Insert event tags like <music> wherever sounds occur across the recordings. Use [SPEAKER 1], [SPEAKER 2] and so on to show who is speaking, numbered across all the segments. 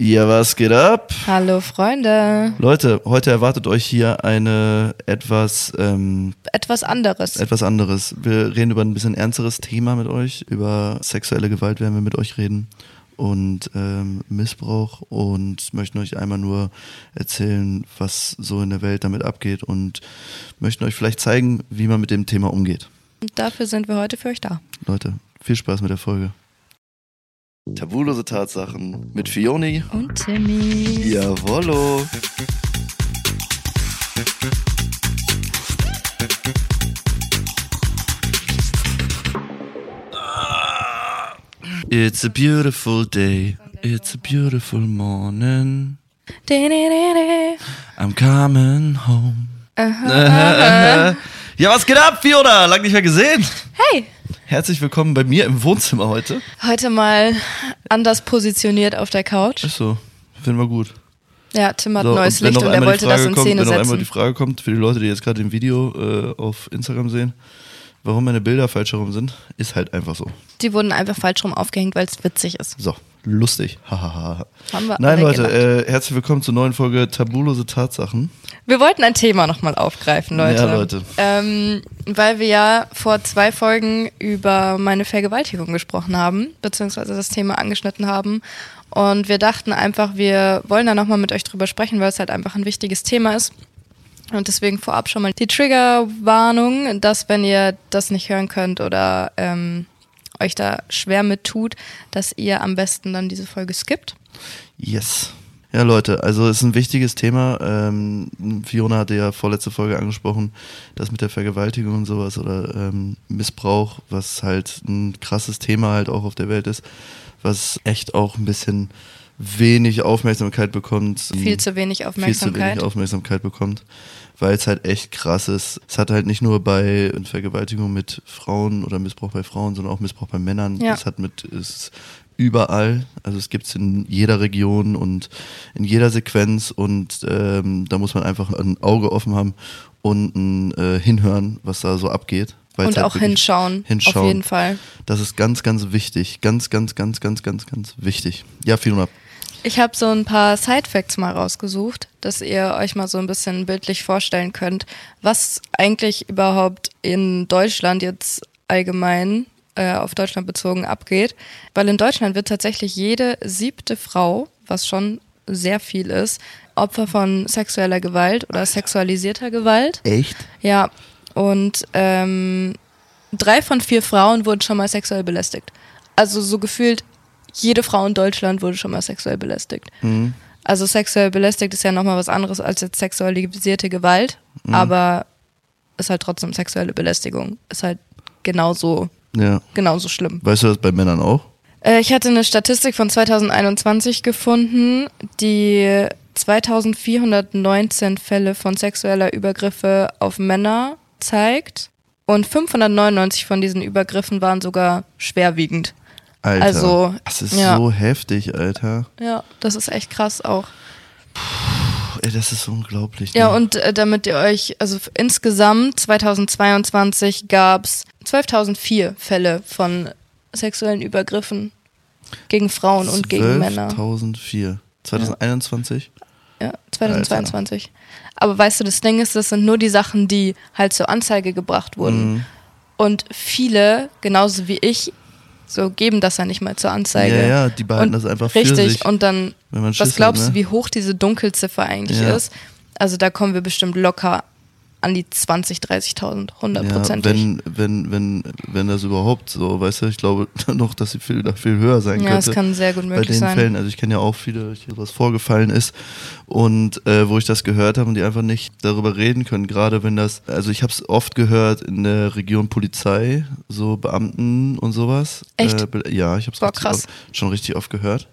[SPEAKER 1] Ja, was geht ab?
[SPEAKER 2] Hallo Freunde.
[SPEAKER 1] Leute, heute erwartet euch hier eine etwas, ähm,
[SPEAKER 2] Etwas anderes.
[SPEAKER 1] etwas anderes. Wir reden über ein bisschen ernsteres Thema mit euch. Über sexuelle Gewalt werden wir mit euch reden und ähm, Missbrauch und möchten euch einmal nur erzählen, was so in der Welt damit abgeht und möchten euch vielleicht zeigen, wie man mit dem Thema umgeht.
[SPEAKER 2] Und dafür sind wir heute für euch da.
[SPEAKER 1] Leute, viel Spaß mit der Folge. Tabulose Tatsachen mit Fioni.
[SPEAKER 2] Und Timmy.
[SPEAKER 1] Jawollo. It's a beautiful day. It's a beautiful morning.
[SPEAKER 2] Dededede.
[SPEAKER 1] I'm coming home.
[SPEAKER 2] Aha, aha.
[SPEAKER 1] Ja, was geht ab, Fiona? Lang nicht mehr gesehen.
[SPEAKER 2] Hey,
[SPEAKER 1] Herzlich willkommen bei mir im Wohnzimmer heute.
[SPEAKER 2] heute mal anders positioniert auf der Couch.
[SPEAKER 1] Ist so, finden wir gut.
[SPEAKER 2] Ja, Tim hat
[SPEAKER 1] So,
[SPEAKER 2] neues
[SPEAKER 1] wenn
[SPEAKER 2] Licht
[SPEAKER 1] noch
[SPEAKER 2] und er
[SPEAKER 1] einmal die
[SPEAKER 2] wollte das
[SPEAKER 1] Frage
[SPEAKER 2] in
[SPEAKER 1] kommt,
[SPEAKER 2] Szene
[SPEAKER 1] Wenn noch einmal die
[SPEAKER 2] setzen.
[SPEAKER 1] Frage kommt, für die Leute, die jetzt gerade im Video äh, auf Instagram sehen, warum meine Bilder falsch herum sind, ist halt einfach so.
[SPEAKER 2] Die wurden einfach falsch rum aufgehängt, weil es witzig ist.
[SPEAKER 1] So, lustig. <laughs> Hahaha.
[SPEAKER 2] Haben wir
[SPEAKER 1] Nein,
[SPEAKER 2] alle
[SPEAKER 1] Leute,
[SPEAKER 2] gelacht.
[SPEAKER 1] äh, herzlich willkommen zur neuen Folge Tabulose Tatsachen.
[SPEAKER 2] Wir wollten ein Thema nochmal aufgreifen, Leute.
[SPEAKER 1] Ja, Leute.
[SPEAKER 2] Ähm, weil wir ja vor zwei Folgen über meine Vergewaltigung gesprochen haben, beziehungsweise das Thema angeschnitten haben. Und wir dachten einfach, wir wollen da nochmal mit euch drüber sprechen, weil es halt einfach ein wichtiges Thema ist. Und deswegen vorab schon mal die Triggerwarnung, dass wenn ihr das nicht hören könnt oder ähm, euch da schwer mit tut, dass ihr am besten dann diese Folge skippt.
[SPEAKER 1] Yes. Ja, Leute, also es ist ein wichtiges Thema. Ähm, Fiona hatte ja vorletzte Folge angesprochen, das mit der Vergewaltigung und sowas oder ähm, Missbrauch, was halt ein krasses Thema halt auch auf der Welt ist, was echt auch ein bisschen wenig Aufmerksamkeit bekommt.
[SPEAKER 2] Viel zu wenig
[SPEAKER 1] Mhm. viel zu
[SPEAKER 2] Aufmerksamkeit.
[SPEAKER 1] wenig Aufmerksamkeit bekommt, weil es halt echt krass ist. Es hat halt nicht nur bei Vergewaltigung mit Frauen oder Missbrauch bei Frauen, sondern auch Missbrauch bei Männern.
[SPEAKER 2] Ja.
[SPEAKER 1] Es hat mit es ist überall, also es gibt es in jeder Region und in jeder Sequenz und ähm, da muss man einfach ein Auge offen haben und ein äh, hinhören, was da so abgeht. weil es
[SPEAKER 2] und
[SPEAKER 1] halt
[SPEAKER 2] auch
[SPEAKER 1] wirklich-
[SPEAKER 2] hinschauen,
[SPEAKER 1] hinschauen.
[SPEAKER 2] auf jeden Fall.
[SPEAKER 1] Das ist ganz, ganz wichtig. Ganz, ganz, ganz, ganz, ganz, ganz wichtig. Ja, Fiona,
[SPEAKER 2] Ich habe so ein paar Side-Facts mal rausgesucht, dass ihr euch mal so ein bisschen bildlich vorstellen könnt, was eigentlich überhaupt in Deutschland jetzt allgemein äh, auf Deutschland bezogen abgeht. Weil in Deutschland wird tatsächlich jede siebte Frau, was schon sehr viel ist, Opfer von sexueller Gewalt oder sexualisierter Gewalt.
[SPEAKER 1] Echt?
[SPEAKER 2] Ja, und ähm, drei von vier Frauen wurden schon mal sexuell belästigt. Also so gefühlt, jede Frau in Deutschland wurde schon mal sexuell belästigt. Also sexuell belästigt ist ja nochmal was anderes als jetzt sexualisierte Gewalt, aber ist halt trotzdem sexuelle Belästigung. Ist halt genauso,
[SPEAKER 1] Ja.
[SPEAKER 2] genauso schlimm.
[SPEAKER 1] Weißt du das bei Männern auch?
[SPEAKER 2] Äh, Ich hatte eine Statistik von 2021 gefunden, die 2419 Fälle von sexueller Übergriffe auf Männer zeigt. Und 599 von diesen Übergriffen waren sogar schwerwiegend.
[SPEAKER 1] Alter.
[SPEAKER 2] Also,
[SPEAKER 1] das ist
[SPEAKER 2] ja.
[SPEAKER 1] so heftig, Alter.
[SPEAKER 2] Ja, das ist echt krass auch.
[SPEAKER 1] Puh, ey, das ist unglaublich.
[SPEAKER 2] Ja,
[SPEAKER 1] ne?
[SPEAKER 2] und äh, damit ihr euch, also f- insgesamt 2022 gab's 12.004 Fälle von sexuellen Übergriffen gegen Frauen und gegen Männer.
[SPEAKER 1] 12.004. 2021?
[SPEAKER 2] Ja, 2022. Aber weißt du, das Ding ist, das sind nur die Sachen, die halt zur Anzeige gebracht wurden.
[SPEAKER 1] Mhm.
[SPEAKER 2] Und viele, genauso wie ich, so geben das ja nicht mal zur
[SPEAKER 1] Ja,
[SPEAKER 2] Anzeige.
[SPEAKER 1] ja, die behalten
[SPEAKER 2] Und
[SPEAKER 1] das einfach für
[SPEAKER 2] Richtig.
[SPEAKER 1] sich.
[SPEAKER 2] Und dann,
[SPEAKER 1] wenn man Schiss
[SPEAKER 2] was glaubst
[SPEAKER 1] hat,
[SPEAKER 2] du,
[SPEAKER 1] ne?
[SPEAKER 2] wie hoch diese Dunkelziffer eigentlich
[SPEAKER 1] Ja.
[SPEAKER 2] ist? Also da kommen wir bestimmt locker an die 20, 30.000,
[SPEAKER 1] ja,
[SPEAKER 2] hundertprozentig.
[SPEAKER 1] wenn, wenn, wenn, wenn das überhaupt so, weißt du, ich glaube <laughs> noch, dass sie viel, da viel höher sein
[SPEAKER 2] Ja,
[SPEAKER 1] könnte.
[SPEAKER 2] es kann sehr gut
[SPEAKER 1] bei den
[SPEAKER 2] möglich sein.
[SPEAKER 1] Fällen, also ich kenne ja auch viele, hier was vorgefallen ist und äh, wo ich das gehört habe und die einfach nicht darüber reden können, gerade wenn das, also ich habe es oft gehört in der Region Polizei, so Beamten und sowas.
[SPEAKER 2] Echt?
[SPEAKER 1] Äh, be- ja, ich habe
[SPEAKER 2] Boah,
[SPEAKER 1] es
[SPEAKER 2] krass.
[SPEAKER 1] schon richtig oft gehört.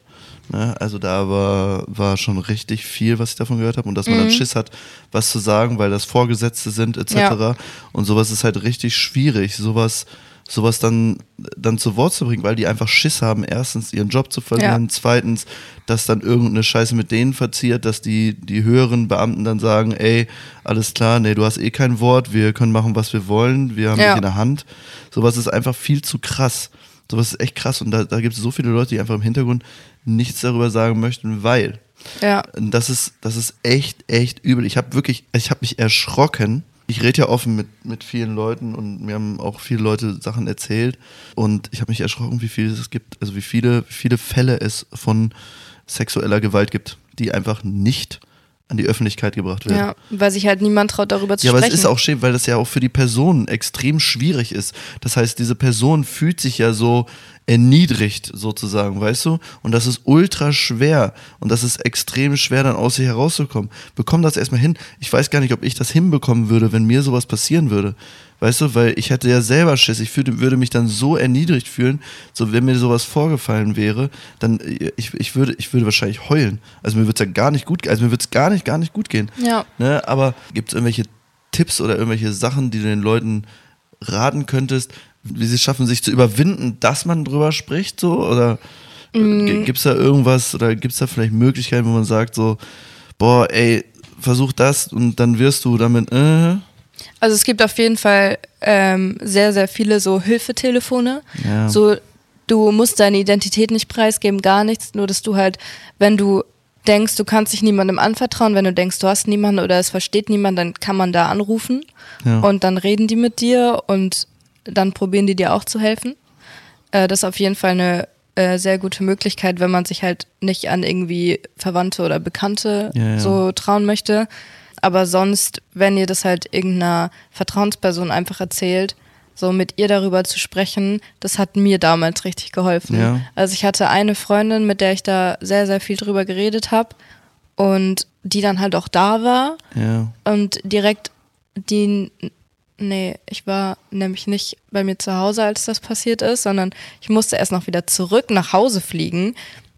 [SPEAKER 1] Ne? Also da war, war schon richtig viel, was ich davon gehört habe und dass man
[SPEAKER 2] Mhm.
[SPEAKER 1] dann Schiss hat, was zu sagen, weil das Vorgesetzte sind etc.
[SPEAKER 2] Ja.
[SPEAKER 1] Und sowas ist halt richtig schwierig, sowas sowas dann, dann zu Wort zu bringen, weil die einfach Schiss haben, erstens ihren Job zu verlieren,
[SPEAKER 2] Ja.
[SPEAKER 1] zweitens, dass dann irgendeine Scheiße mit denen verziert, dass die, die höheren Beamten dann sagen, ey, alles klar, nee, du hast eh kein Wort, wir können machen, was wir wollen, wir haben
[SPEAKER 2] Ja.
[SPEAKER 1] dich in der Hand. Sowas ist einfach viel zu krass. Sowas ist echt krass und da, da gibt es so viele Leute, die einfach im Hintergrund nichts darüber sagen möchten, weil
[SPEAKER 2] Ja.
[SPEAKER 1] und das ist, das ist echt, echt übel. Ich habe wirklich, ich habe mich erschrocken. Ich rede ja offen mit, mit vielen Leuten und mir haben auch viele Leute Sachen erzählt. Und ich habe mich erschrocken, wie viel es gibt, also wie viele, viele Fälle es von sexueller Gewalt gibt, die einfach nicht an die Öffentlichkeit gebracht werden.
[SPEAKER 2] Ja, weil sich halt niemand traut, darüber zu
[SPEAKER 1] Ja, aber
[SPEAKER 2] sprechen.
[SPEAKER 1] es ist auch schön, weil das ja auch für die Person extrem schwierig ist. Das heißt, diese Person fühlt sich ja so erniedrigt sozusagen, weißt du? Und das ist ultra schwer und das ist extrem schwer, dann aus sich herauszukommen. Bekomm das erstmal hin. Ich weiß gar nicht, ob ich das hinbekommen würde, wenn mir sowas passieren würde. Weißt du, weil ich hätte ja selber Schiss. Ich fühlte, würde mich dann so erniedrigt fühlen, so wenn mir sowas vorgefallen wäre, dann äh, ich, ich würde ich würde wahrscheinlich heulen. Also mir würde es ja gar nicht gut, also mir würde es gar nicht gar nicht gut gehen.
[SPEAKER 2] Ja.
[SPEAKER 1] Ne? Aber gibt es irgendwelche Tipps oder irgendwelche Sachen, die du den Leuten raten könntest, wie sie es schaffen, sich zu überwinden, dass man drüber spricht? So? Oder
[SPEAKER 2] Mm.
[SPEAKER 1] gibt es da irgendwas oder gibt es da vielleicht Möglichkeiten, wo man sagt, so, boah, ey, versuch das und dann wirst du damit, äh,
[SPEAKER 2] Also es gibt auf jeden Fall ähm, sehr, sehr viele so Hilfetelefone.
[SPEAKER 1] Ja.
[SPEAKER 2] So, du musst deine Identität nicht preisgeben, gar nichts, nur dass du halt, wenn du denkst, du kannst dich niemandem anvertrauen, wenn du denkst, du hast niemanden oder es versteht niemand, dann kann man da anrufen
[SPEAKER 1] Ja.
[SPEAKER 2] und dann reden die mit dir und dann probieren die dir auch zu helfen. Äh, das ist auf jeden Fall eine äh, sehr gute Möglichkeit, wenn man sich halt nicht an irgendwie Verwandte oder Bekannte
[SPEAKER 1] Ja, ja.
[SPEAKER 2] so trauen möchte. Aber sonst, wenn ihr das halt irgendeiner Vertrauensperson einfach erzählt, so mit ihr darüber zu sprechen, das hat mir damals richtig geholfen.
[SPEAKER 1] Ja.
[SPEAKER 2] Also ich hatte eine Freundin, mit der ich da sehr, sehr viel drüber geredet habe und die dann halt auch da war
[SPEAKER 1] ja,
[SPEAKER 2] und direkt die. Nee, ich war nämlich nicht bei mir zu Hause, als das passiert ist, sondern ich musste erst noch wieder zurück nach Hause fliegen.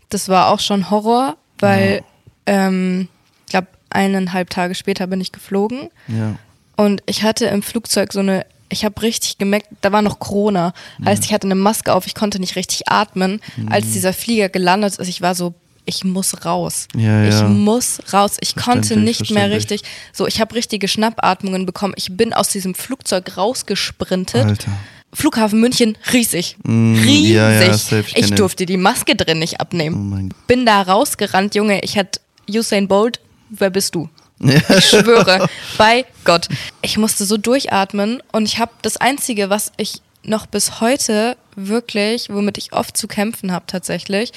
[SPEAKER 2] Das war auch schon Horror, weil ähm, ich glaube, eineinhalb Tage später bin ich geflogen.
[SPEAKER 1] ja,
[SPEAKER 2] Und ich hatte im Flugzeug so eine, ich habe richtig gemerkt, da war noch Corona.
[SPEAKER 1] Mhm.
[SPEAKER 2] Heißt, ich hatte eine Maske auf, ich konnte nicht richtig atmen. Als dieser Flieger gelandet ist, ich war so, ich muss raus.
[SPEAKER 1] Ja,
[SPEAKER 2] ich
[SPEAKER 1] ja.
[SPEAKER 2] muss raus. Ich konnte
[SPEAKER 1] Verständlich,
[SPEAKER 2] nicht mehr
[SPEAKER 1] verständlich.
[SPEAKER 2] richtig. So, ich habe richtige Schnappatmungen bekommen. Ich bin aus diesem Flugzeug rausgesprintet.
[SPEAKER 1] Alter. <laughs> Mm,
[SPEAKER 2] Flughafen München, riesig. riesig.
[SPEAKER 1] ja, ja, safe, ich
[SPEAKER 2] ich
[SPEAKER 1] kenn
[SPEAKER 2] durfte die Maske drin
[SPEAKER 1] oh
[SPEAKER 2] nicht abnehmen.
[SPEAKER 1] mein Gott.
[SPEAKER 2] Bin da rausgerannt, Junge. Ich hatte Usain Bolt, wer bist du?
[SPEAKER 1] Ja,
[SPEAKER 2] Ich schwöre, bei Gott. Ich musste so durchatmen und ich habe das Einzige, was ich noch bis heute wirklich, womit ich oft zu kämpfen habe tatsächlich,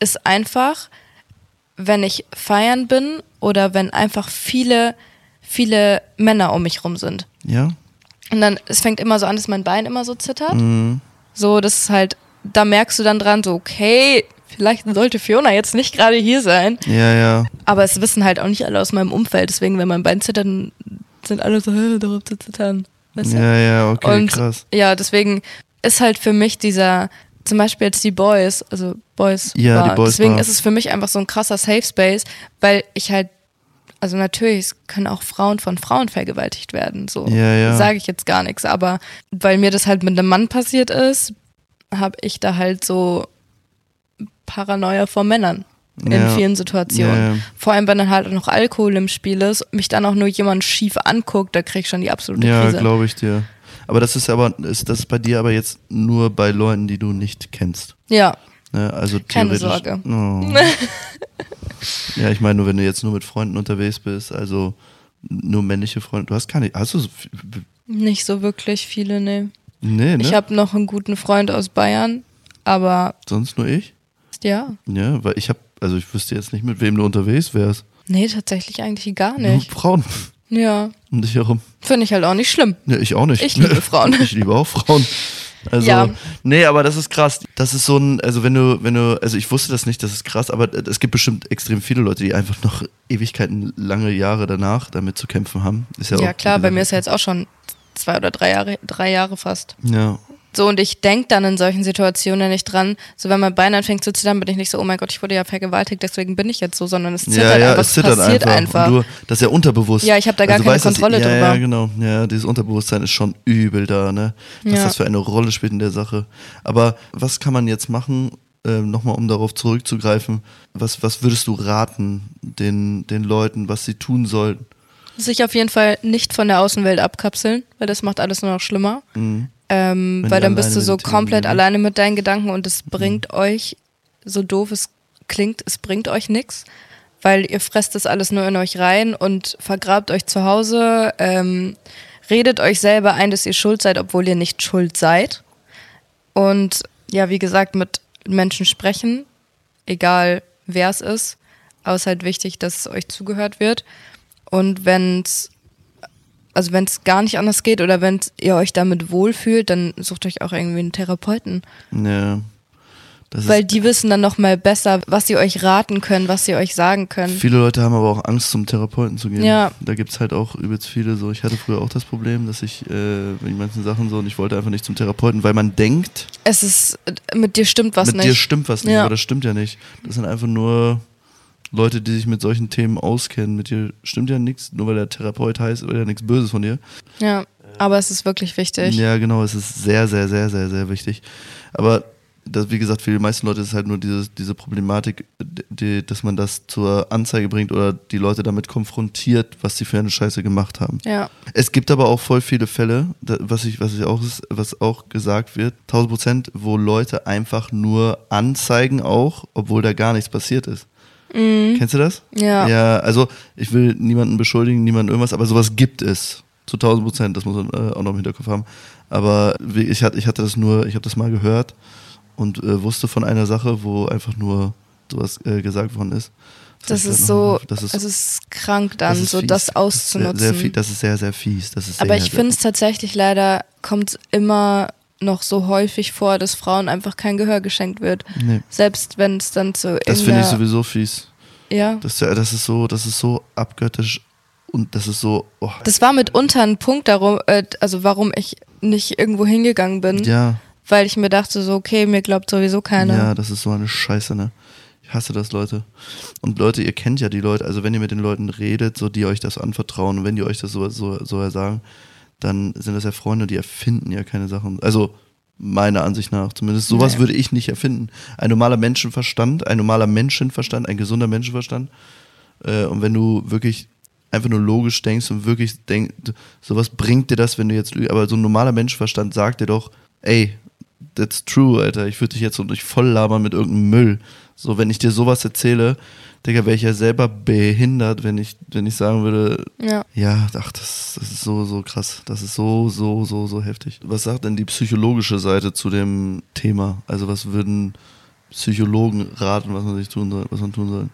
[SPEAKER 2] ist einfach, wenn ich feiern bin oder wenn einfach viele, viele Männer um mich rum sind.
[SPEAKER 1] ja,
[SPEAKER 2] Und dann, es fängt immer so an, dass mein Bein immer so zittert. So, das ist halt, da merkst du dann dran, so, okay, vielleicht sollte Fiona jetzt nicht gerade hier sein.
[SPEAKER 1] ja, ja.
[SPEAKER 2] Aber es wissen halt auch nicht alle aus meinem Umfeld. Deswegen, wenn mein Bein zittert, dann sind alle so, "Hä, darauf zu zittern. Weißt du?
[SPEAKER 1] Ja, ja, okay,
[SPEAKER 2] Und
[SPEAKER 1] krass.
[SPEAKER 2] ja, deswegen ist halt für mich dieser, zum Beispiel jetzt die Boys, also Boys.
[SPEAKER 1] Ja, die Boys
[SPEAKER 2] Deswegen
[SPEAKER 1] Bar.
[SPEAKER 2] ist es für mich einfach so ein krasser Safe Space, weil ich halt, also natürlich es können auch Frauen von Frauen vergewaltigt werden. So
[SPEAKER 1] Ja, ja.
[SPEAKER 2] sage ich jetzt gar nichts. Aber weil mir das halt mit einem Mann passiert ist, habe ich da halt so Paranoia vor Männern in
[SPEAKER 1] Ja.
[SPEAKER 2] vielen Situationen.
[SPEAKER 1] Ja, ja.
[SPEAKER 2] Vor allem, wenn dann halt auch noch Alkohol im Spiel ist, mich dann auch nur jemand schief anguckt, da krieg ich schon die absolute
[SPEAKER 1] Ja,
[SPEAKER 2] Krise.
[SPEAKER 1] glaube ich dir. Aber das ist aber, ist das bei dir aber jetzt nur bei Leuten, die du nicht kennst.
[SPEAKER 2] Ja,
[SPEAKER 1] Ne? Also
[SPEAKER 2] Keine
[SPEAKER 1] theoretisch.
[SPEAKER 2] Sorge. <laughs>
[SPEAKER 1] Oh. ja, ich meine, nur wenn du jetzt nur mit Freunden unterwegs bist, also nur männliche Freunde, du hast keine. Hast du so viel,
[SPEAKER 2] nicht so wirklich viele, ne.
[SPEAKER 1] Nee, ne?
[SPEAKER 2] Ich habe noch einen guten Freund aus Bayern, aber
[SPEAKER 1] Sonst nur ich?
[SPEAKER 2] ja.
[SPEAKER 1] Ja, weil ich habe, also ich wüsste jetzt nicht, mit wem du unterwegs wärst.
[SPEAKER 2] Nee, tatsächlich eigentlich gar
[SPEAKER 1] Nur
[SPEAKER 2] nicht.
[SPEAKER 1] Frauen
[SPEAKER 2] Ja.
[SPEAKER 1] um dich herum.
[SPEAKER 2] Finde ich halt auch nicht schlimm.
[SPEAKER 1] Ja, ich auch nicht. <laughs>
[SPEAKER 2] Ich liebe Frauen.
[SPEAKER 1] Ich liebe auch Frauen. Also,
[SPEAKER 2] Ja.
[SPEAKER 1] nee, aber das ist krass. Das ist so ein, also wenn du, wenn du, also ich wusste das nicht, das ist krass, aber es gibt bestimmt extrem viele Leute, die einfach noch Ewigkeiten, lange Jahre danach damit zu kämpfen haben. Ist ja,
[SPEAKER 2] Ja,
[SPEAKER 1] auch,
[SPEAKER 2] klar, bei mir ist ja jetzt auch schon zwei oder drei Jahre, drei Jahre fast.
[SPEAKER 1] Ja,
[SPEAKER 2] So, und ich denk dann in solchen Situationen nicht dran. So, wenn mein Bein anfängt zu zittern, bin ich nicht so, oh mein Gott, ich wurde ja vergewaltigt, deswegen bin ich jetzt so, sondern es zittert
[SPEAKER 1] ja, ja,
[SPEAKER 2] einfach,
[SPEAKER 1] es zittert
[SPEAKER 2] passiert
[SPEAKER 1] einfach.
[SPEAKER 2] einfach.
[SPEAKER 1] Und du, das ist ja unterbewusst. Also
[SPEAKER 2] Ja, ich hab da gar
[SPEAKER 1] du
[SPEAKER 2] keine
[SPEAKER 1] dass-
[SPEAKER 2] Kontrolle
[SPEAKER 1] ja,
[SPEAKER 2] drüber.
[SPEAKER 1] Ja, genau. Ja, dieses Unterbewusstsein ist schon übel da, ne? Was
[SPEAKER 2] Ja.
[SPEAKER 1] das für eine Rolle spielt in der Sache. Aber was kann man jetzt machen, ähm, nochmal um darauf zurückzugreifen, was, was würdest du raten den, den Leuten, was sie tun sollten?
[SPEAKER 2] Sich auf jeden Fall nicht von der Außenwelt abkapseln, weil das macht alles nur noch schlimmer. Ähm,
[SPEAKER 1] Mhm. Wenn
[SPEAKER 2] weil
[SPEAKER 1] ihr
[SPEAKER 2] dann
[SPEAKER 1] alleine
[SPEAKER 2] bist du so
[SPEAKER 1] meditieren
[SPEAKER 2] komplett
[SPEAKER 1] geht.
[SPEAKER 2] alleine mit deinen Gedanken
[SPEAKER 1] Mhm.
[SPEAKER 2] und es bringt euch, so doof es klingt, es bringt euch nichts, weil ihr fresst das alles nur in euch rein und vergrabt euch zu Hause, ähm, redet euch selber ein, dass ihr schuld seid, obwohl ihr nicht schuld seid. Und ja, wie gesagt, mit Menschen sprechen, egal wer es ist, aber es ist halt wichtig, dass euch zugehört wird. Und wenn's also wenn es gar nicht anders geht oder wenn ihr euch damit wohlfühlt, dann sucht euch auch irgendwie einen Therapeuten.
[SPEAKER 1] Ja. Das
[SPEAKER 2] Weil die wissen dann nochmal besser, was sie euch raten können, was sie euch sagen können.
[SPEAKER 1] Viele Leute haben aber auch Angst, zum Therapeuten zu gehen.
[SPEAKER 2] Ja.
[SPEAKER 1] Da gibt es halt auch übelst viele. So, ich hatte früher auch das Problem, dass ich, äh, die manchen Sachen so, und ich wollte einfach nicht zum Therapeuten, weil man denkt,
[SPEAKER 2] Es ist, mit dir stimmt was
[SPEAKER 1] mit
[SPEAKER 2] nicht.
[SPEAKER 1] dir stimmt was nicht,
[SPEAKER 2] Ja.
[SPEAKER 1] aber das stimmt ja nicht. Das sind einfach nur Leute, die sich mit solchen Themen auskennen. Mit dir stimmt ja nichts, nur weil der Therapeut heißt, oder ja nichts Böses von dir.
[SPEAKER 2] ja, aber es ist wirklich wichtig.
[SPEAKER 1] Ja, genau, es ist sehr, sehr, sehr, sehr, sehr wichtig. Aber das, wie gesagt, für die meisten Leute ist halt nur diese, diese Problematik, die, dass man das zur Anzeige bringt oder die Leute damit konfrontiert, was sie für eine Scheiße gemacht haben.
[SPEAKER 2] Ja.
[SPEAKER 1] Es gibt aber auch voll viele Fälle, da, was, ich, was, ich auch, was auch gesagt wird, 1000 Prozent, wo Leute einfach nur anzeigen auch, obwohl da gar nichts passiert ist. Kennst du das?
[SPEAKER 2] Mhm. Ja.
[SPEAKER 1] Ja, also ich will niemanden beschuldigen, niemanden irgendwas, aber sowas gibt es. Zu 1000 Prozent, das muss man äh, auch noch im Hinterkopf haben. Aber wie- ich hatte, ich hatte das nur, ich habe das mal gehört und äh, wusste von einer Sache, wo einfach nur sowas äh, gesagt worden ist.
[SPEAKER 2] Das
[SPEAKER 1] hab ich
[SPEAKER 2] ist
[SPEAKER 1] grad noch
[SPEAKER 2] so, also
[SPEAKER 1] im Kopf. das ist
[SPEAKER 2] es ist krank dann,
[SPEAKER 1] ist
[SPEAKER 2] so
[SPEAKER 1] fies.
[SPEAKER 2] das
[SPEAKER 1] ist sehr-
[SPEAKER 2] auszunutzen.
[SPEAKER 1] Sehr, fie- das ist sehr, sehr fies. Das ist
[SPEAKER 2] Aber
[SPEAKER 1] sehr,
[SPEAKER 2] ich
[SPEAKER 1] sehr
[SPEAKER 2] finde es tatsächlich leider, kommt immer noch so häufig vor, dass Frauen einfach kein Gehör geschenkt wird.
[SPEAKER 1] Nee.
[SPEAKER 2] Selbst wenn es dann zu
[SPEAKER 1] Das finde ich
[SPEAKER 2] irgendeiner-
[SPEAKER 1] sowieso fies.
[SPEAKER 2] ja.
[SPEAKER 1] Das, äh, das ist so, das ist so abgöttisch und das ist so. Oh,
[SPEAKER 2] Das war mitunter ein Punkt darum, äh, also warum ich nicht irgendwo hingegangen bin,
[SPEAKER 1] ja,
[SPEAKER 2] weil ich mir dachte so, okay, mir glaubt sowieso keiner.
[SPEAKER 1] ja, das ist so eine Scheiße, ne? Ich hasse das, Leute. Und Leute, ihr kennt ja die Leute, also wenn ihr mit den Leuten redet, so die euch das anvertrauen und wenn die euch das so, so, so sagen, dann sind das ja Freunde, die erfinden ja keine Sachen. Also meiner Ansicht nach zumindest. Sowas
[SPEAKER 2] Nee.
[SPEAKER 1] würde ich nicht erfinden. Ein normaler Menschenverstand, ein normaler Menschenverstand, ein gesunder Menschenverstand. Äh, und wenn du wirklich einfach nur logisch denkst und wirklich denkst, sowas bringt dir das, wenn du jetzt, lügst. aber so ein normaler Menschenverstand sagt dir doch, ey, that's true, Alter, ich würde dich jetzt so nicht voll labern mit irgendeinem Müll. So, wenn ich dir sowas erzähle, Digga, wäre ich ja selber behindert, wenn ich, wenn ich sagen würde,
[SPEAKER 2] Ja.
[SPEAKER 1] ja, ach, das, das ist so, so krass. Das ist so, so, so, so heftig. Was sagt denn die psychologische Seite zu dem Thema? Also was würden Psychologen raten, was man sich tun soll, was man tun soll?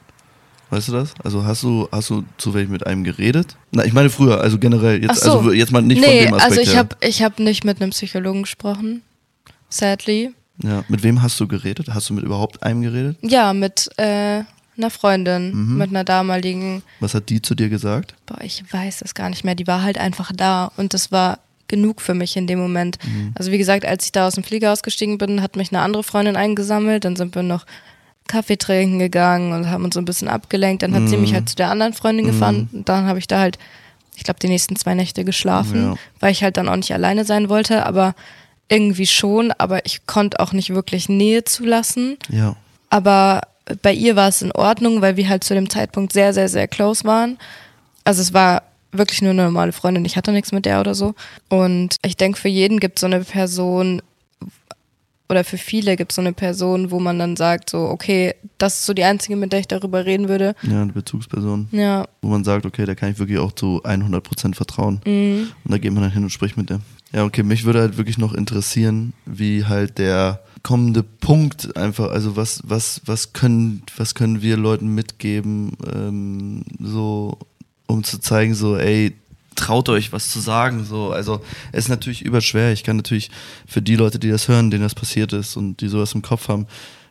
[SPEAKER 1] Weißt du das? Also hast du, hast du zu welchem mit einem geredet? Na, ich meine früher, also generell,
[SPEAKER 2] Ach
[SPEAKER 1] jetzt,
[SPEAKER 2] so.
[SPEAKER 1] also jetzt mal nicht von
[SPEAKER 2] nee,
[SPEAKER 1] dem Aspekt
[SPEAKER 2] also ich
[SPEAKER 1] her.
[SPEAKER 2] habe ich hab nicht mit einem Psychologen gesprochen, sadly.
[SPEAKER 1] Ja. Mit wem hast du geredet? Hast du mit überhaupt einem geredet?
[SPEAKER 2] Ja, mit äh, einer Freundin,
[SPEAKER 1] Mhm.
[SPEAKER 2] mit einer damaligen,
[SPEAKER 1] Was hat die zu dir gesagt?
[SPEAKER 2] boah, ich weiß das gar nicht mehr, die war halt einfach da und das war genug für mich in dem Moment. Also wie gesagt, als ich da aus dem Flieger ausgestiegen bin, hat mich eine andere Freundin eingesammelt, dann sind wir noch Kaffee trinken gegangen und haben uns so ein bisschen abgelenkt. Dann hat sie mich halt zu der anderen Freundin gefahren. Und dann habe ich da halt, ich glaube, die nächsten zwei Nächte geschlafen,
[SPEAKER 1] Ja.
[SPEAKER 2] weil ich halt dann auch nicht alleine sein wollte, aber irgendwie schon, aber ich konnte auch nicht wirklich Nähe zulassen.
[SPEAKER 1] Ja.
[SPEAKER 2] Aber bei ihr war es in Ordnung, weil wir halt zu dem Zeitpunkt sehr, sehr, sehr close waren. Also es war wirklich nur eine normale Freundin. Ich hatte nichts mit der oder so. Und ich denke, für jeden gibt es so eine Person oder für viele gibt es so eine Person, wo man dann sagt, so, okay, das ist so die einzige, mit der ich darüber reden würde.
[SPEAKER 1] Ja, eine Bezugsperson.
[SPEAKER 2] Ja,
[SPEAKER 1] wo man sagt, okay, da kann ich wirklich auch zu 100% vertrauen. Und da geht man dann hin und spricht mit der. Ja, okay, mich würde halt wirklich noch interessieren, wie halt der kommende Punkt einfach, also was, was, was können, was können wir Leuten mitgeben, ähm, so, um zu zeigen, so, ey, traut euch was zu sagen, so, also, es ist natürlich überschwer, ich kann natürlich für die Leute, die das hören, denen das passiert ist und die sowas im Kopf haben,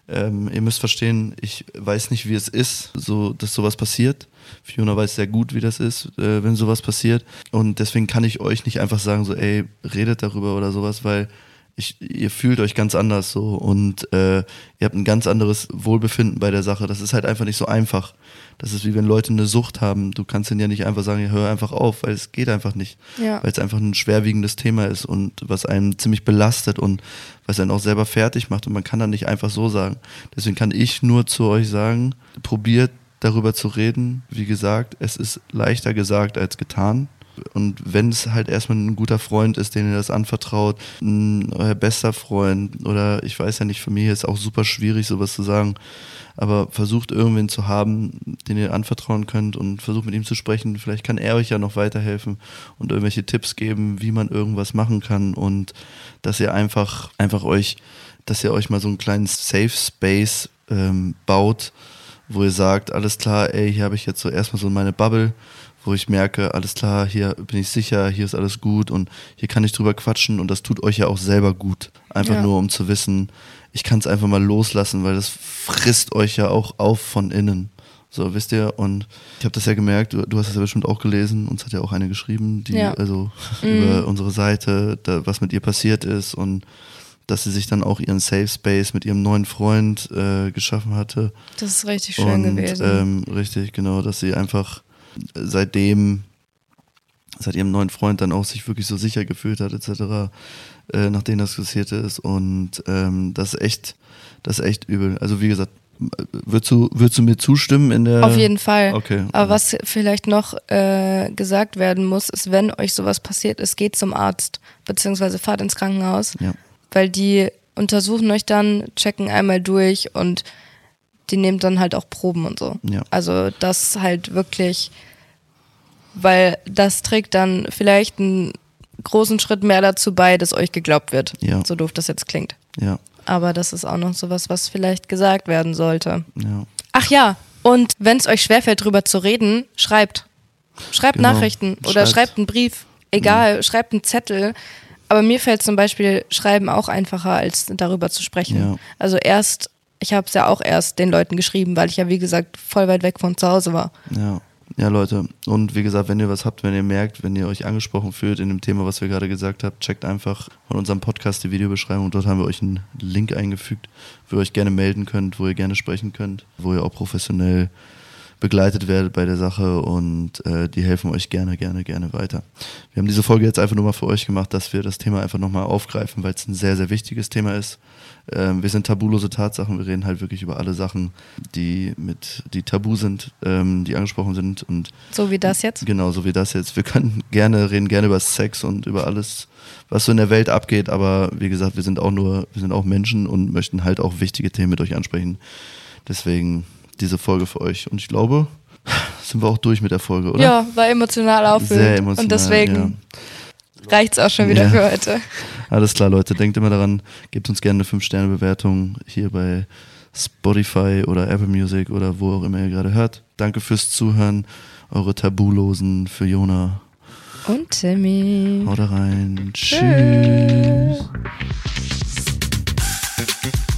[SPEAKER 1] ähm, ihr müsst verstehen, ich weiß nicht, wie es ist, so, dass sowas passiert. Fiona weiß sehr gut, wie das ist, äh, wenn sowas passiert. Und deswegen kann ich euch nicht einfach sagen, so, ey, redet darüber oder sowas, weil ich, ihr fühlt euch ganz anders so und äh, ihr habt ein ganz anderes Wohlbefinden bei der Sache. Das ist halt einfach nicht so einfach. Das ist wie wenn Leute eine Sucht haben. Du kannst ihnen ja nicht einfach sagen, ja, hör einfach auf, weil es geht einfach nicht.
[SPEAKER 2] Ja.
[SPEAKER 1] Weil es einfach ein schwerwiegendes Thema ist und was einen ziemlich belastet und was einen auch selber fertig macht. Und man kann dann nicht einfach so sagen. Deswegen kann ich nur zu euch sagen, probiert darüber zu reden. Wie gesagt, es ist leichter gesagt als getan. Und wenn es halt erstmal ein guter Freund ist, den ihr das anvertraut, ein, euer bester Freund oder ich weiß ja nicht, Familie ist auch super schwierig, sowas zu sagen, aber versucht irgendwen zu haben, den ihr anvertrauen könnt und versucht mit ihm zu sprechen. Vielleicht kann er euch ja noch weiterhelfen und irgendwelche Tipps geben, wie man irgendwas machen kann und dass ihr einfach, einfach euch, dass ihr euch mal so einen kleinen Safe Space ähm, baut, wo ihr sagt, alles klar, ey, hier habe ich jetzt so erstmal so meine Bubble wo ich merke, alles klar, hier bin ich sicher, hier ist alles gut und hier kann ich drüber quatschen und das tut euch ja auch selber gut. Einfach
[SPEAKER 2] Ja.
[SPEAKER 1] nur, um zu wissen, ich kann es einfach mal loslassen, weil das frisst euch ja auch auf von innen. So, wisst ihr, und ich habe das ja gemerkt, du, du hast es ja bestimmt auch gelesen, uns hat ja auch eine geschrieben, die
[SPEAKER 2] Ja.
[SPEAKER 1] also
[SPEAKER 2] Mhm.
[SPEAKER 1] über unsere Seite, da, was mit ihr passiert ist und dass sie sich dann auch ihren Safe Space mit ihrem neuen Freund äh, geschaffen hatte
[SPEAKER 2] Das ist richtig schön
[SPEAKER 1] und,
[SPEAKER 2] gewesen.
[SPEAKER 1] Ähm, richtig, genau, dass sie einfach seitdem, seit ihrem neuen Freund dann auch sich wirklich so sicher gefühlt hat, etc., äh, nachdem das passiert ist. Und ähm, das ist echt, das ist echt übel. Also wie gesagt, würdest du, würdest du mir zustimmen in der
[SPEAKER 2] Auf jeden Fall.
[SPEAKER 1] Okay.
[SPEAKER 2] Aber was vielleicht noch äh, gesagt werden muss, ist, wenn euch sowas passiert ist, geht zum Arzt, beziehungsweise fahrt ins Krankenhaus,
[SPEAKER 1] Ja.
[SPEAKER 2] weil die untersuchen euch dann, checken einmal durch und die nehmen dann halt auch Proben und so.
[SPEAKER 1] Ja.
[SPEAKER 2] Also das halt wirklich, weil das trägt dann vielleicht einen großen Schritt mehr dazu bei, dass euch geglaubt wird.
[SPEAKER 1] Ja.
[SPEAKER 2] So doof das jetzt klingt.
[SPEAKER 1] Ja,
[SPEAKER 2] Aber das ist auch noch sowas, was vielleicht gesagt werden sollte.
[SPEAKER 1] ja.
[SPEAKER 2] Ach ja, und wenn es euch schwerfällt, drüber zu reden, schreibt. Schreibt
[SPEAKER 1] Genau,
[SPEAKER 2] Nachrichten
[SPEAKER 1] schreibt.
[SPEAKER 2] oder
[SPEAKER 1] Mhm.
[SPEAKER 2] schreibt einen Brief. Egal, schreibt einen Zettel. Aber mir fällt zum Beispiel Schreiben auch einfacher, als darüber zu sprechen.
[SPEAKER 1] Ja.
[SPEAKER 2] Also erst, ich habe es ja auch erst den Leuten geschrieben, weil ich ja, wie gesagt, voll weit weg von zu Hause war.
[SPEAKER 1] Ja. Ja, Leute. Und wie gesagt, wenn ihr was habt, wenn ihr merkt, wenn ihr euch angesprochen fühlt in dem Thema, was wir gerade gesagt haben, checkt einfach von unserem Podcast die Videobeschreibung. Dort haben wir euch einen Link eingefügt, wo ihr euch gerne melden könnt, wo ihr gerne sprechen könnt, wo ihr auch professionell begleitet werdet bei der Sache und äh, die helfen euch gerne, gerne, gerne weiter. Wir haben diese Folge jetzt einfach nur mal für euch gemacht, dass wir das Thema einfach nochmal aufgreifen, weil es ein sehr, sehr wichtiges Thema ist. Ähm, wir sind tabulose Tatsachen, wir reden halt wirklich über alle Sachen, die mit, die tabu sind, ähm, die angesprochen sind und
[SPEAKER 2] So wie das jetzt.
[SPEAKER 1] Genau, so wie das jetzt. Wir können gerne reden, gerne über Sex und über alles, was so in der Welt abgeht, aber wie gesagt, wir sind auch nur, wir sind auch Menschen und möchten halt auch wichtige Themen mit euch ansprechen. Deswegen diese Folge für euch. Und ich glaube, <laughs> sind wir auch durch mit der Folge, oder?
[SPEAKER 2] Ja, war emotional auffühlend.
[SPEAKER 1] Sehr emotional.
[SPEAKER 2] und deswegen reicht's auch schon wieder
[SPEAKER 1] Ja.
[SPEAKER 2] für heute.
[SPEAKER 1] Ja. Alles klar, Leute, denkt immer daran, gebt uns gerne eine 5-Sterne-Bewertung hier bei Spotify oder Apple Music oder wo auch immer ihr gerade hört. Danke fürs Zuhören, eure Tabulosen für Jona.
[SPEAKER 2] Und Timmy.
[SPEAKER 1] Haut rein. Tschüss.
[SPEAKER 2] Tschüss.